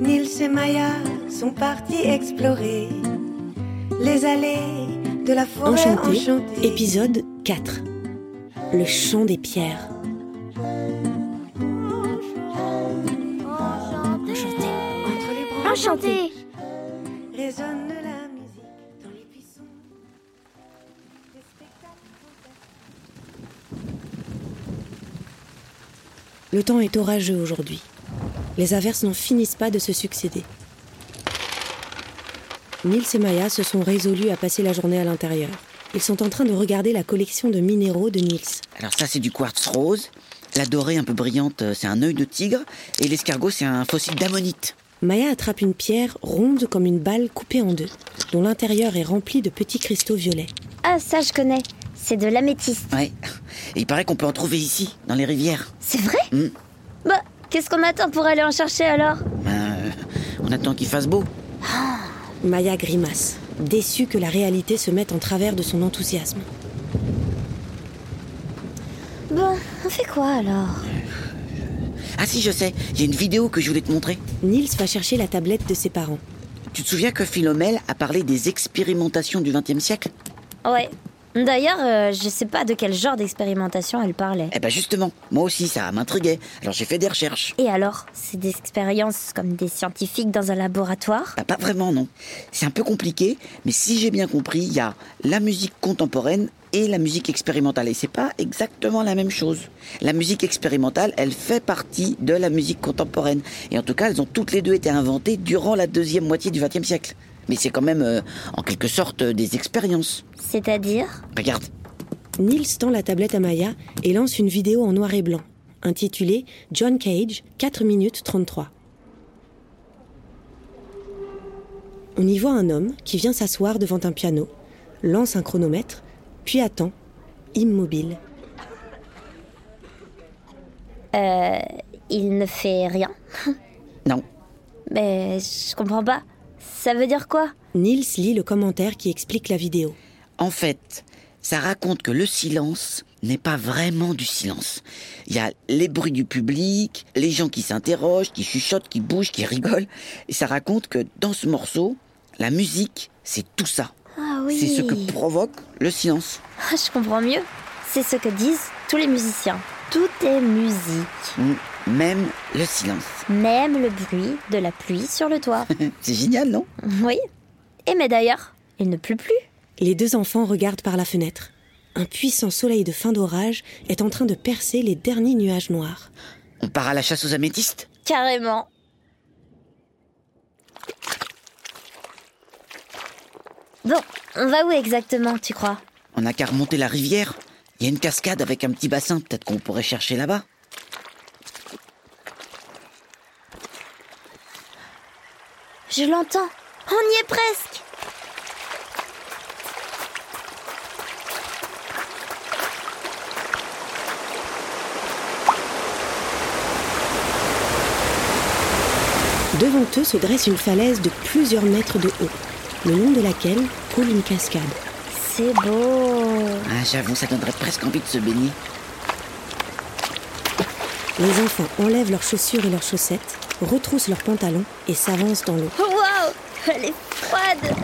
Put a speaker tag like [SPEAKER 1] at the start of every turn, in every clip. [SPEAKER 1] Nils et Maya sont partis explorer les allées de la forêt
[SPEAKER 2] Enchanté,
[SPEAKER 1] enchantée.
[SPEAKER 2] épisode 4. Le chant des pierres. Enchanté.
[SPEAKER 1] Entre les branches
[SPEAKER 3] Enchanté
[SPEAKER 1] résonne la musique dans les buissons. Des spectacles fantastiques.
[SPEAKER 2] Le temps est orageux aujourd'hui. Les averses n'en finissent pas de se succéder. Nils et Maya se sont résolus à passer la journée à l'intérieur. Ils sont en train de regarder la collection de minéraux de Nils.
[SPEAKER 4] Alors ça, c'est du quartz rose. La dorée un peu brillante, euh, c'est un œil de tigre. Et l'escargot, c'est un fossile d'ammonite.
[SPEAKER 2] Maya attrape une pierre ronde comme une balle coupée en deux, dont l'intérieur est rempli de petits cristaux violets.
[SPEAKER 3] Ah, ça je connais. C'est de l'améthyste.
[SPEAKER 4] Ouais. Et il paraît qu'on peut en trouver ici, dans les rivières.
[SPEAKER 3] C'est vrai
[SPEAKER 4] Hmm.
[SPEAKER 3] Bah, qu'est-ce qu'on attend pour aller en chercher alors
[SPEAKER 4] Ben, euh, on attend qu'il fasse beau.
[SPEAKER 2] Maya grimace, déçue que la réalité se mette en travers de son enthousiasme.
[SPEAKER 3] Bon, Bah, on fait quoi alors
[SPEAKER 4] Ah si, je sais. Il y a une vidéo que je voulais te montrer.
[SPEAKER 2] Nils va chercher la tablette de ses parents.
[SPEAKER 4] Tu te souviens que Philomèle a parlé des expérimentations du XXe siècle
[SPEAKER 3] Ouais. D'ailleurs, euh, je sais pas de quel genre d'expérimentation elle parlait.
[SPEAKER 4] Eh ben justement, moi aussi, ça m'intriguait. Alors j'ai fait des recherches.
[SPEAKER 3] Et alors, c'est des expériences comme des scientifiques dans un laboratoire
[SPEAKER 4] Bah, pas vraiment, non. C'est un peu compliqué, mais si j'ai bien compris, il y a la musique contemporaine et la musique expérimentale. Et c'est pas exactement la même chose. La musique expérimentale, elle fait partie de la musique contemporaine. Et en tout cas, elles ont toutes les deux été inventées durant la deuxième moitié du XXe siècle. Mais c'est quand même, euh, en quelque sorte, euh, des expériences.
[SPEAKER 3] C'est-à-dire
[SPEAKER 4] Regarde.
[SPEAKER 2] Nils tend la tablette à Maya et lance une vidéo en noir et blanc, intitulée John Cage, 4 minutes 33. On y voit un homme qui vient s'asseoir devant un piano, lance un chronomètre, puis attend, immobile.
[SPEAKER 3] Euh, il ne fait rien.
[SPEAKER 4] Non.
[SPEAKER 3] Mais je comprends pas. Ça veut dire quoi
[SPEAKER 2] Nils lit le commentaire qui explique la vidéo.
[SPEAKER 4] En fait, ça raconte que le silence n'est pas vraiment du silence. Il y a les bruits du public, les gens qui s'interrogent, qui chuchotent, qui bougent, qui rigolent. Et ça raconte que dans ce morceau, la musique, c'est tout ça.
[SPEAKER 3] Ah
[SPEAKER 4] C'est ce que provoque le silence.
[SPEAKER 3] Ah, je comprends mieux. C'est ce que disent tous les musiciens. Tout est musique,
[SPEAKER 4] Mm, Même le silence.
[SPEAKER 3] même le bruit de la pluie sur le toit.
[SPEAKER 4] C'est génial, non
[SPEAKER 3] oui. Et mais d'ailleurs, il ne pleut plus.
[SPEAKER 2] Les deux enfants regardent par la fenêtre. Un puissant soleil de fin d'orage est en train de percer les derniers nuages noirs.
[SPEAKER 4] On part à la chasse aux améthystes
[SPEAKER 3] Carrément. Bon, on va où exactement, tu crois
[SPEAKER 4] On n'a qu'à remonter la rivière. Il y a une cascade avec un petit bassin, peut-être qu'on pourrait chercher là-bas.
[SPEAKER 3] Je l'entends. On y est presque.
[SPEAKER 2] Devant eux se dresse une falaise de plusieurs mètres de haut, le long de laquelle coule une cascade.
[SPEAKER 3] C'est beau.
[SPEAKER 4] Ah, j'avoue, ça donnerait presque envie de se baigner.
[SPEAKER 2] Les enfants enlèvent leurs chaussures et leurs chaussettes, retroussent leurs pantalons et s'avancent dans l'eau.
[SPEAKER 3] Waouh, elle est froide.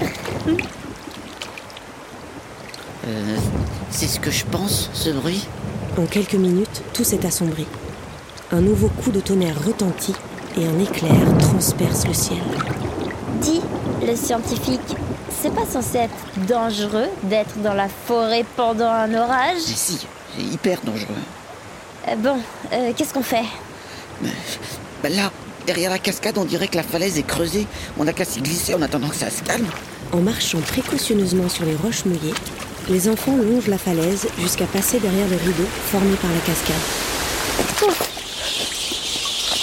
[SPEAKER 4] Euh, c'est ce que je pense, ce bruit.
[SPEAKER 2] En quelques minutes, tout s'est assombri. Un nouveau coup de tonnerre retentit et un éclair transperce le ciel.
[SPEAKER 3] Dit le scientifique, c'est pas censé être dangereux d'être dans la forêt pendant un
[SPEAKER 4] Mais
[SPEAKER 3] orage
[SPEAKER 4] si, c'est hyper dangereux.
[SPEAKER 3] Euh, Bon, euh, qu'est-ce qu'on fait
[SPEAKER 4] Bah là, derrière la cascade, on dirait que la falaise est creusée. On n'a qu'à s'y glisser en attendant que ça se calme.
[SPEAKER 2] En marchant précautionneusement sur les roches mouillées, les enfants longent la falaise jusqu'à passer derrière le rideau formé par la cascade.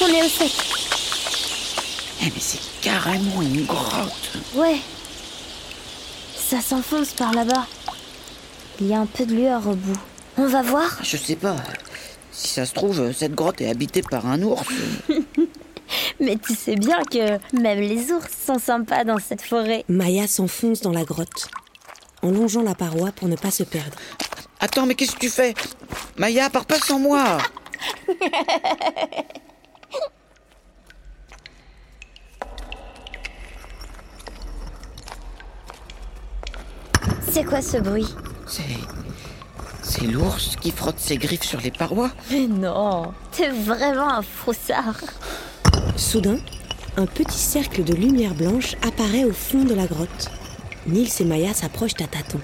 [SPEAKER 3] On est au sec.
[SPEAKER 4] Eh mais c'est carrément une grotte.
[SPEAKER 3] Ouais. Ça s'enfonce par là-bas. Il y a un peu de lueur au bout. On va voir
[SPEAKER 4] Ah, Je sais pas. Si ça se trouve, cette grotte est habitée par un ours.
[SPEAKER 3] Mais tu sais bien que même les ours sont sympas dans cette forêt.
[SPEAKER 2] Maya s'enfonce dans la grotte, en longeant la paroi pour ne pas se perdre.
[SPEAKER 4] Attends, mais qu'est-ce que tu fais Maya, pars pas sans moi
[SPEAKER 3] C'est quoi ce bruit
[SPEAKER 4] C'est. C'est l'ours qui frotte ses griffes sur les parois
[SPEAKER 3] Mais non T'es vraiment un froussard
[SPEAKER 2] Soudain, un petit cercle de lumière blanche apparaît au fond de la grotte. Nils et Maya s'approchent à tâtons.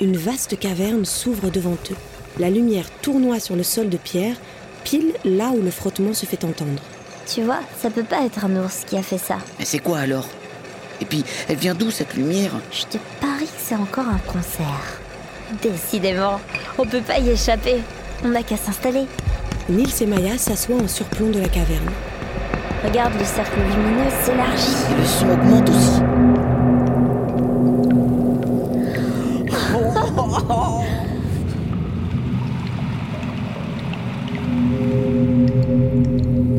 [SPEAKER 2] Une vaste caverne s'ouvre devant eux. La lumière tournoie sur le sol de pierre, pile là où le frottement se fait entendre.
[SPEAKER 3] Tu vois, ça peut pas être un ours qui a fait ça.
[SPEAKER 4] Mais c'est quoi alors Et puis, elle vient d'où cette lumière
[SPEAKER 3] Je te parie que c'est encore un concert. Décidément, on peut pas y échapper. On n'a qu'à s'installer.
[SPEAKER 2] Nils et Maya s'assoient en surplomb de la caverne.
[SPEAKER 3] Regarde, le cercle lumineux s'élargit.
[SPEAKER 4] Et le son augmente aussi.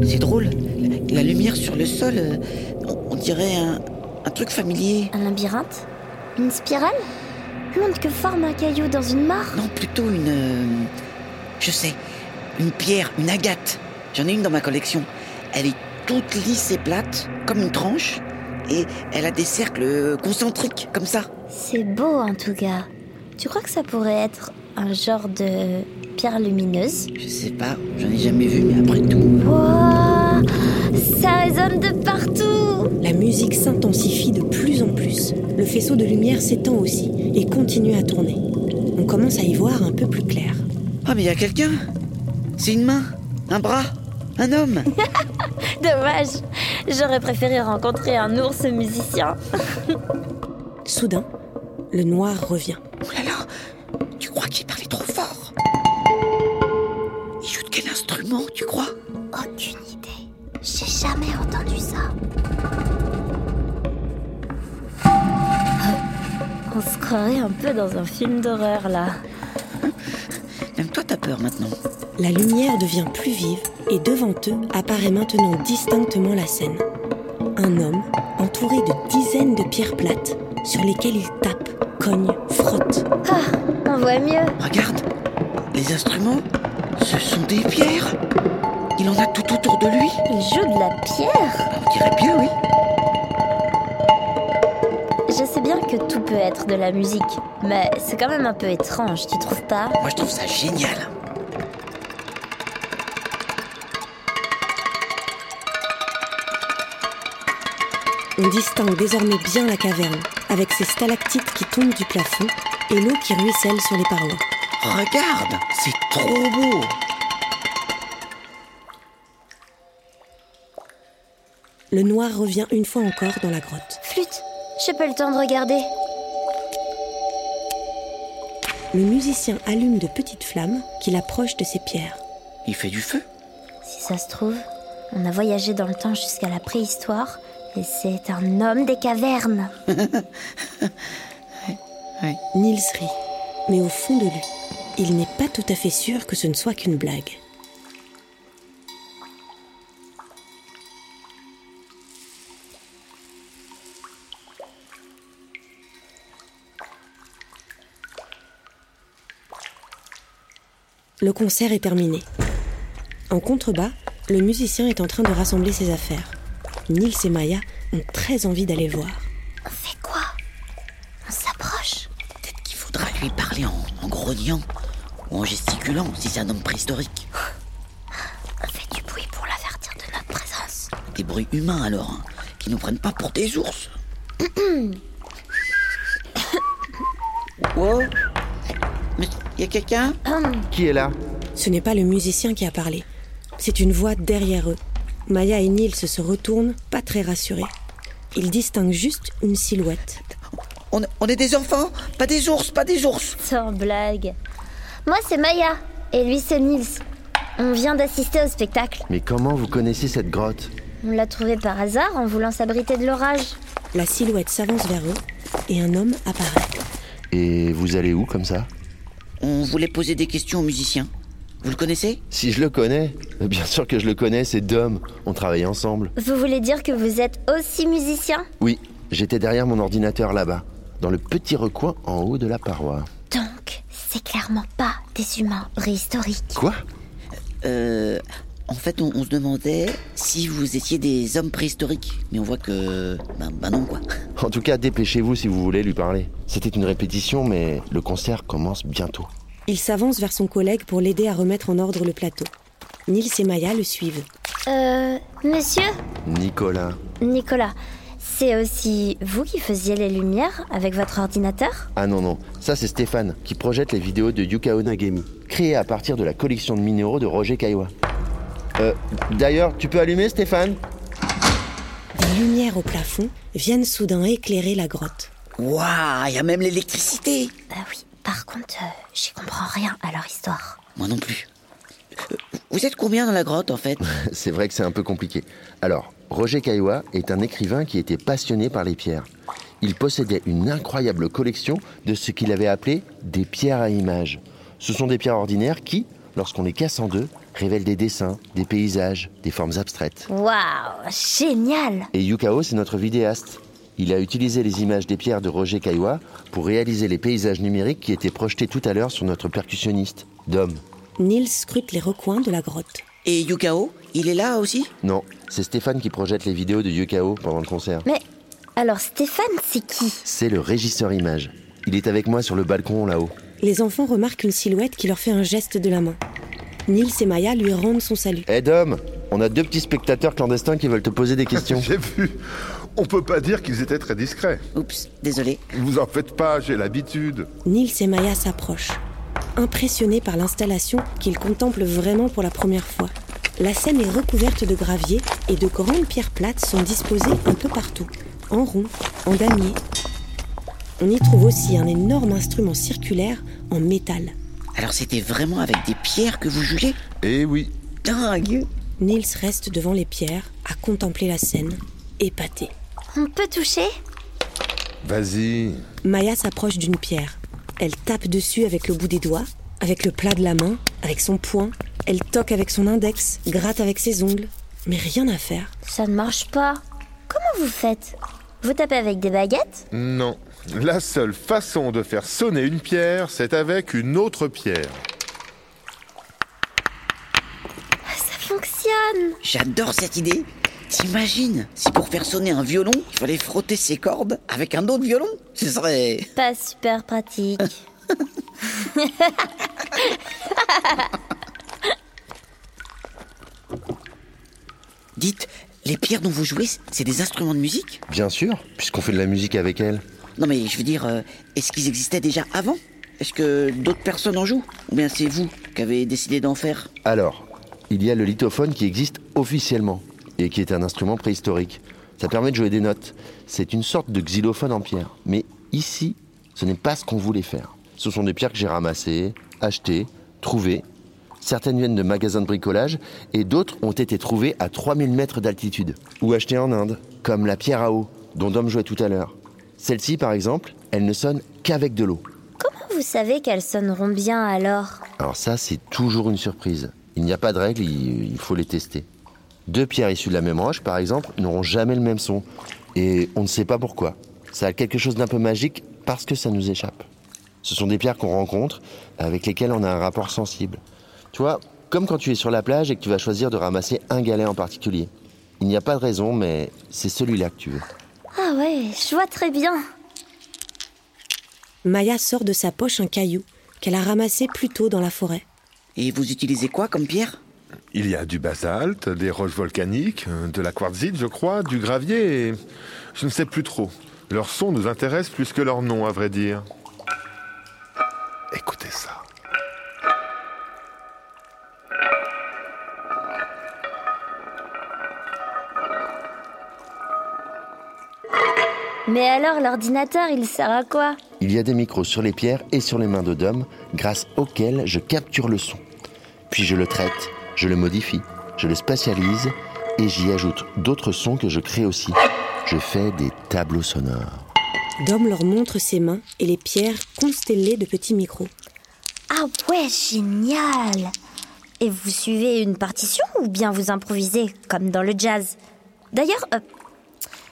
[SPEAKER 4] C'est drôle. La lumière sur le sol, euh, on- on dirait un, un truc familier.
[SPEAKER 3] Un labyrinthe Une spirale Monde que forme un caillou dans une mare
[SPEAKER 4] Non, plutôt une. euh, je sais, une pierre, une agate. J'en ai une dans ma collection. Elle est toute lisse et plate, comme une tranche, et elle a des cercles euh, concentriques, comme ça.
[SPEAKER 3] C'est beau en tout cas. Tu crois que ça pourrait être un genre de pierre lumineuse
[SPEAKER 4] Je sais pas, j'en ai jamais vu, mais après tout.
[SPEAKER 3] Wouah Ça résonne de partout
[SPEAKER 2] La musique s'intensifie de plus en plus. Le faisceau de lumière s'étend aussi et continue à tourner. On commence à y voir un peu plus clair.
[SPEAKER 4] Ah, mais il y a quelqu'un C'est une main, un bras, un homme
[SPEAKER 3] Dommage J'aurais préféré rencontrer un ours musicien.
[SPEAKER 2] Soudain, le noir revient.
[SPEAKER 4] Oh là là Tu crois qu'il parlait trop fort Il joue de quel instrument, tu crois
[SPEAKER 3] Aucune idée. J'ai jamais entendu ça. On se croirait un peu dans un film d'horreur là.
[SPEAKER 4] Même toi, t'as peur maintenant.
[SPEAKER 2] La lumière devient plus vive et devant eux apparaît maintenant distinctement la scène. Un homme entouré de dizaines de pierres plates sur lesquelles il tape, cogne, frotte.
[SPEAKER 3] Ah, On voit mieux.
[SPEAKER 4] Regarde Les instruments, ce sont des pierres Il en a tout autour de lui
[SPEAKER 3] Il joue de la pierre.
[SPEAKER 4] Bah, On dirait bien, oui.
[SPEAKER 3] Je sais bien que tout peut être de la musique, mais c'est quand même un peu étrange, tu trouves pas
[SPEAKER 4] Moi, je trouve ça génial.
[SPEAKER 2] On distingue désormais bien la caverne, avec ses stalactites qui tombent du plafond et l'eau qui ruisselle sur les parois.
[SPEAKER 4] Regarde C'est trop beau
[SPEAKER 2] Le noir revient une fois encore dans la grotte.
[SPEAKER 3] Flûte, j'ai pas le temps de regarder.
[SPEAKER 2] Le musicien allume de petites flammes qu'il approche de ses pierres.
[SPEAKER 4] Il fait du feu
[SPEAKER 3] Si ça se trouve, on a voyagé dans le temps jusqu'à la préhistoire et c'est un homme des cavernes.
[SPEAKER 2] Nils rit, mais au fond de lui, il n'est pas tout à fait sûr que ce ne soit qu'une blague. Le concert est terminé. En contrebas, le musicien est en train de rassembler ses affaires. Nils et Maya ont très envie d'aller le voir.
[SPEAKER 3] On fait quoi On s'approche
[SPEAKER 4] Peut-être qu'il faudra lui parler en, en grognant ou en gesticulant si c'est un homme préhistorique.
[SPEAKER 3] On fait du bruit pour l'avertir de notre présence.
[SPEAKER 4] Des bruits humains alors, hein, qui nous prennent pas pour des ours. wow Mais y a quelqu'un
[SPEAKER 5] Qui est là
[SPEAKER 2] Ce n'est pas le musicien qui a parlé. C'est une voix derrière eux. Maya et Nils se retournent, pas très rassurés. Ils distinguent juste une silhouette.
[SPEAKER 4] on, on est des enfants, pas des ours, pas des ours.
[SPEAKER 3] Sans blague. Moi, c'est Maya et lui, c'est Nils. On vient d'assister au spectacle.
[SPEAKER 5] Mais comment vous connaissez cette grotte
[SPEAKER 3] On l'a trouvé par hasard en voulant s'abriter de l'orage.
[SPEAKER 2] La silhouette s'avance vers eux et un homme apparaît.
[SPEAKER 5] Et vous allez où comme ça
[SPEAKER 4] On voulait poser des questions aux musiciens. Vous le connaissez
[SPEAKER 5] Si je le connais euh, Bien sûr que je le connais, c'est Dom. On travaille ensemble.
[SPEAKER 3] Vous voulez dire que vous êtes aussi musicien
[SPEAKER 5] Oui, j'étais derrière mon ordinateur là-bas, dans le petit recoin en haut de la paroi.
[SPEAKER 3] Donc, c'est clairement pas des humains préhistoriques.
[SPEAKER 5] Quoi
[SPEAKER 4] Euh, En fait, on, on se demandait si vous étiez des hommes préhistoriques. Mais on voit que. Ben, ben non, quoi.
[SPEAKER 5] En tout cas, dépêchez-vous si vous voulez lui parler. C'était une répétition, mais le concert commence bientôt.
[SPEAKER 2] Il s'avance vers son collègue pour l'aider à remettre en ordre le plateau. Nils et Maya le suivent.
[SPEAKER 3] Euh, monsieur
[SPEAKER 5] Nicolas,
[SPEAKER 3] Nicolas, c'est aussi vous qui faisiez les lumières avec votre ordinateur
[SPEAKER 5] Ah non, non, ça c'est Stéphane qui projette les vidéos de Yukao Nagemi, créées à partir de la collection de minéraux de Roger Kaiwa. Euh, D'ailleurs, tu peux allumer Stéphane
[SPEAKER 2] Des lumières au plafond viennent soudain éclairer la grotte.
[SPEAKER 4] Waouh, il y a même l'électricité
[SPEAKER 3] Bah oui, par contre, euh, j'y comprends rien à leur histoire.
[SPEAKER 4] Moi non plus. Euh, Vous êtes combien dans la grotte en fait
[SPEAKER 5] C'est vrai que c'est un peu compliqué. Alors, Roger Caillois est un écrivain qui était passionné par les pierres. Il possédait une incroyable collection de ce qu'il avait appelé des pierres à images. Ce sont des pierres ordinaires qui, lorsqu'on les casse en deux, révèlent des dessins, des paysages, des formes abstraites.
[SPEAKER 3] Waouh, génial
[SPEAKER 5] Et Yukao, c'est notre vidéaste. Il a utilisé les images des pierres de Roger Caillois pour réaliser les paysages numériques qui étaient projetés tout à l'heure sur notre percussionniste, Dom.
[SPEAKER 2] Nils scrute les recoins de la grotte.
[SPEAKER 4] Et Yukao, il est là aussi
[SPEAKER 5] Non, c'est Stéphane qui projette les vidéos de Yukao pendant le concert.
[SPEAKER 3] Mais alors Stéphane, c'est qui
[SPEAKER 5] C'est le régisseur image. Il est avec moi sur le balcon là-haut.
[SPEAKER 2] Les enfants remarquent une silhouette qui leur fait un geste de la main. Nils et Maya lui rendent son salut.
[SPEAKER 5] Eh Dom, on a deux petits spectateurs clandestins qui veulent te poser des questions.
[SPEAKER 6] J'ai vu. On peut pas dire qu'ils étaient très discrets.
[SPEAKER 4] Oups, désolé.
[SPEAKER 6] Vous en faites pas, j'ai l'habitude.
[SPEAKER 2] Nils et Maya s'approchent, impressionnés par l'installation qu'ils contemplent vraiment pour la première fois. La scène est recouverte de gravier et de grandes pierres plates sont disposées un peu partout, en rond, en damier. On y trouve aussi un énorme instrument circulaire en métal.
[SPEAKER 4] Alors c'était vraiment avec des pierres que vous jugez
[SPEAKER 6] Eh oui.
[SPEAKER 4] Dingue
[SPEAKER 2] Nils reste devant les pierres à contempler la scène, épaté.
[SPEAKER 3] On peut toucher
[SPEAKER 6] Vas-y.
[SPEAKER 2] Maya s'approche d'une pierre. Elle tape dessus avec le bout des doigts, avec le plat de la main, avec son poing. Elle toque avec son index, gratte avec ses ongles. Mais rien à faire.
[SPEAKER 3] Ça ne marche pas. Comment vous faites Vous tapez avec des baguettes
[SPEAKER 6] Non. La seule façon de faire sonner une pierre, c'est avec une autre pierre.
[SPEAKER 3] Ça fonctionne
[SPEAKER 4] J'adore cette idée T'imagines si pour faire sonner un violon, il fallait frotter ses cordes avec un autre violon Ce serait...
[SPEAKER 3] Pas super pratique.
[SPEAKER 4] Dites, les pierres dont vous jouez, c'est des instruments de musique
[SPEAKER 5] Bien sûr, puisqu'on fait de la musique avec elle.
[SPEAKER 4] Non mais je veux dire, euh, est-ce qu'ils existaient déjà avant Est-ce que d'autres personnes en jouent Ou bien c'est vous qui avez décidé d'en faire
[SPEAKER 5] Alors, il y a le lithophone qui existe officiellement et qui est un instrument préhistorique. Ça permet de jouer des notes. C'est une sorte de xylophone en pierre. Mais ici, ce n'est pas ce qu'on voulait faire. Ce sont des pierres que j'ai ramassées, achetées, trouvées. Certaines viennent de magasins de bricolage et d'autres ont été trouvées à 3000 mètres d'altitude ou achetées en Inde, comme la pierre à eau dont Dom jouait tout à l'heure. Celle-ci, par exemple, elle ne sonne qu'avec de l'eau.
[SPEAKER 3] Comment vous savez qu'elles sonneront bien alors
[SPEAKER 5] Alors ça, c'est toujours une surprise. Il n'y a pas de règle, il, il faut les tester. Deux pierres issues de la même roche, par exemple, n'auront jamais le même son. Et on ne sait pas pourquoi. Ça a quelque chose d'un peu magique parce que ça nous échappe. Ce sont des pierres qu'on rencontre, avec lesquelles on a un rapport sensible. Tu vois, comme quand tu es sur la plage et que tu vas choisir de ramasser un galet en particulier. Il n'y a pas de raison, mais c'est celui-là que tu veux.
[SPEAKER 3] Ah ouais, je vois très bien.
[SPEAKER 2] Maya sort de sa poche un caillou qu'elle a ramassé plus tôt dans la forêt.
[SPEAKER 4] Et vous utilisez quoi comme pierre
[SPEAKER 6] Il y a du basalte, des roches volcaniques, euh, de la quartzite, je crois, du gravier et. Je ne sais plus trop. Leur son nous intéresse plus que leur nom, à vrai dire. Écoutez ça.
[SPEAKER 3] Mais alors l'ordinateur, il sert à quoi
[SPEAKER 5] Il y a des micros sur les pierres et sur les mains de Dom, grâce auxquels je capture le son. Puis je le traite, je le modifie, je le spatialise et j'y ajoute d'autres sons que je crée aussi. Je fais des tableaux sonores.
[SPEAKER 2] Dom leur montre ses mains et les pierres constellées de petits micros.
[SPEAKER 3] Ah ouais, génial Et vous suivez une partition ou bien vous improvisez, comme dans le jazz D'ailleurs, euh,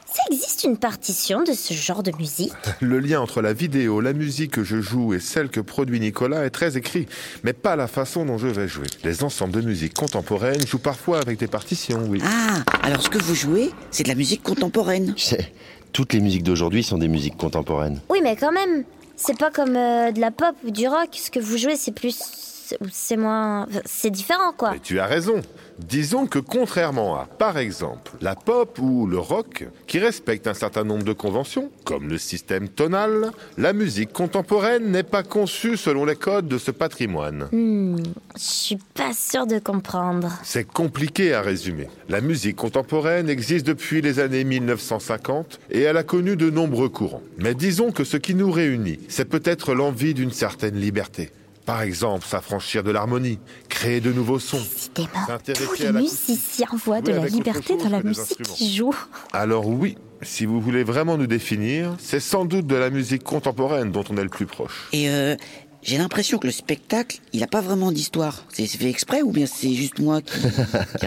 [SPEAKER 3] ça existe une partition de ce genre de musique
[SPEAKER 6] Le lien entre la vidéo, la musique que je joue et celle que produit Nicolas est très écrit, mais pas la façon dont je vais jouer. Les ensembles de musique contemporaine jouent parfois avec des partitions, oui.
[SPEAKER 4] Ah, alors ce que vous jouez, c'est de la musique contemporaine.
[SPEAKER 5] C'est- toutes les musiques d'aujourd'hui sont des musiques contemporaines.
[SPEAKER 3] Oui, mais quand même, c'est pas comme euh, de la pop ou du rock. Ce que vous jouez, c'est plus. c'est- ou C'est moins. enfin, C'est différent, quoi.
[SPEAKER 6] Mais tu as raison. Disons que contrairement à, par exemple, la pop ou le rock, qui respectent un certain nombre de conventions, comme le système tonal, la musique contemporaine n'est pas conçue selon les codes de ce patrimoine.
[SPEAKER 3] Hmm, Je suis pas sûre de comprendre.
[SPEAKER 6] C'est compliqué à résumer. La musique contemporaine existe depuis les années 1950 et elle a connu de nombreux courants. Mais disons que ce qui nous réunit, c'est peut-être l'envie d'une certaine liberté. Par exemple, s'affranchir de l'harmonie, créer de nouveaux sons.
[SPEAKER 3] Décidément,
[SPEAKER 6] S'intéresser
[SPEAKER 3] tous
[SPEAKER 6] à
[SPEAKER 3] les
[SPEAKER 6] la
[SPEAKER 3] musiciens voient de
[SPEAKER 6] Jouer
[SPEAKER 3] la
[SPEAKER 6] avec autre
[SPEAKER 3] liberté
[SPEAKER 6] chose
[SPEAKER 3] dans la
[SPEAKER 6] que des
[SPEAKER 3] musique
[SPEAKER 6] instruments.
[SPEAKER 3] qu'ils jouent.
[SPEAKER 6] Alors oui, si vous voulez vraiment nous définir, c'est sans doute de la musique contemporaine dont on est le plus proche.
[SPEAKER 4] Et euh, j'ai l'impression que le spectacle, il n'a pas vraiment d'histoire. C'est c'est fait exprès ou bien c'est juste moi qui n'ai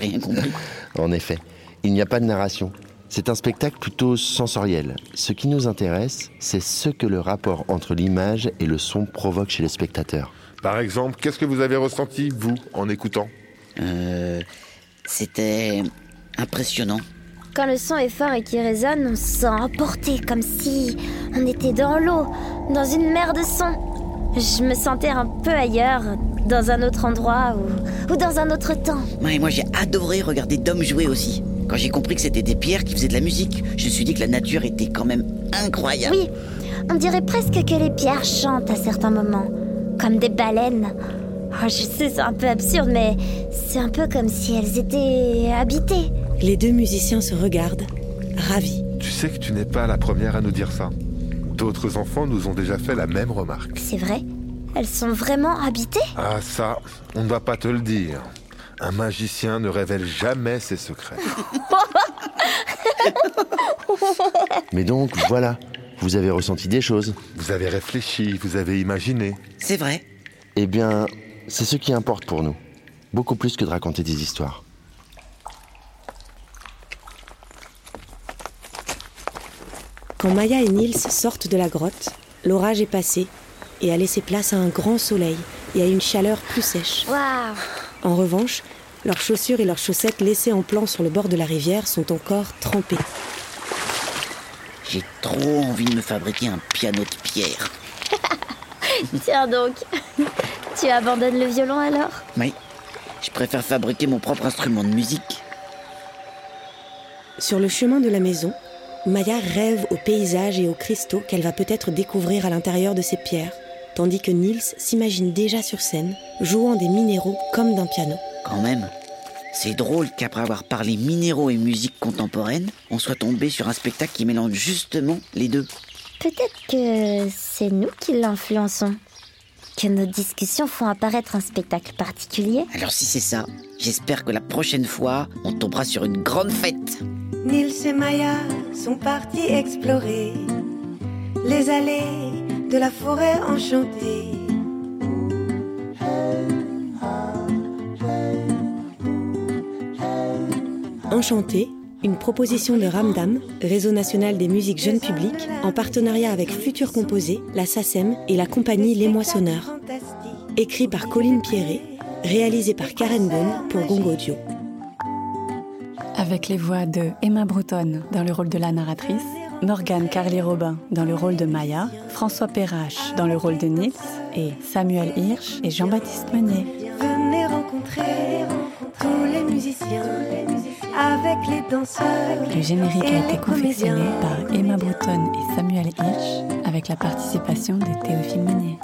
[SPEAKER 4] rien compris
[SPEAKER 5] En effet, il n'y a pas de narration. C'est un spectacle plutôt sensoriel. Ce qui nous intéresse, c'est ce que le rapport entre l'image et le son provoque chez les spectateurs.
[SPEAKER 6] Par exemple, qu'est-ce que vous avez ressenti, vous, en écoutant
[SPEAKER 4] Euh, C'était impressionnant.
[SPEAKER 3] Quand le son est fort et qu'il résonne, on se sent emporté, comme si on était dans l'eau, dans une mer de son. Je me sentais un peu ailleurs, dans un autre endroit ou, ou dans un autre temps.
[SPEAKER 4] Ouais, et moi j'ai adoré regarder Dom jouer aussi. Quand j'ai compris que c'était des pierres qui faisaient de la musique, je me suis dit que la nature était quand même incroyable.
[SPEAKER 3] Oui, on dirait presque que les pierres chantent à certains moments, comme des baleines. Oh, je sais, c'est un peu absurde, mais c'est un peu comme si elles étaient habitées.
[SPEAKER 2] Les deux musiciens se regardent, ravis.
[SPEAKER 6] Tu sais que tu n'es pas la première à nous dire ça. D'autres enfants nous ont déjà fait la même remarque.
[SPEAKER 3] C'est vrai Elles sont vraiment habitées
[SPEAKER 6] Ah ça, on ne va pas te le dire. Un magicien ne révèle jamais ses secrets.
[SPEAKER 5] Mais donc, voilà, vous avez ressenti des choses.
[SPEAKER 6] Vous avez réfléchi, vous avez imaginé.
[SPEAKER 4] C'est vrai.
[SPEAKER 5] Eh bien, c'est ce qui importe pour nous. Beaucoup plus que de raconter des histoires.
[SPEAKER 2] Quand Maya et Nils sortent de la grotte, l'orage est passé et a laissé place à un grand soleil et à une chaleur plus sèche.
[SPEAKER 3] Waouh
[SPEAKER 2] En revanche, leurs chaussures et leurs chaussettes laissées en plan sur le bord de la rivière sont encore trempées.
[SPEAKER 4] J'ai trop envie de me fabriquer un piano de pierre.
[SPEAKER 3] Tiens donc Tu abandonnes le violon alors
[SPEAKER 4] Oui, je préfère fabriquer mon propre instrument de musique.
[SPEAKER 2] Sur le chemin de la maison, Maya rêve aux paysages et aux cristaux qu'elle va peut-être découvrir à l'intérieur de ces pierres, tandis que Nils s'imagine déjà sur scène, jouant des minéraux comme d'un piano.
[SPEAKER 4] Quand même, c'est drôle qu'après avoir parlé minéraux et musique contemporaine, on soit tombé sur un spectacle qui mélange justement les deux.
[SPEAKER 3] Peut-être que c'est nous qui l'influençons. Que nos discussions font apparaître un spectacle particulier.
[SPEAKER 4] Alors si c'est ça, j'espère que la prochaine fois, on tombera sur une grande fête.
[SPEAKER 1] Nils et Maya sont partis explorer les allées de la forêt enchantée.
[SPEAKER 2] Enchanté, une proposition de Ramdam, Réseau national des musiques jeunes publics, en partenariat avec Futur Composé, la SACEM et la compagnie Les Moissonneurs. Écrit par Colline Pierret, réalisé par Karen Bone pour Gong Audio.
[SPEAKER 7] Avec les voix de Emma Breton dans le rôle de la narratrice, Morgane Carly Robin dans le rôle de Maya, François Perrache dans le rôle de Nils et Samuel Hirsch et Jean-Baptiste Meunier.
[SPEAKER 1] Venez rencontrer tous les musiciens avec les danseurs.
[SPEAKER 7] Le générique
[SPEAKER 1] et
[SPEAKER 7] a été
[SPEAKER 1] les
[SPEAKER 7] confectionné
[SPEAKER 1] comédiens.
[SPEAKER 7] par Emma Breton et Samuel Hirsch avec la participation de Théophile Meunier.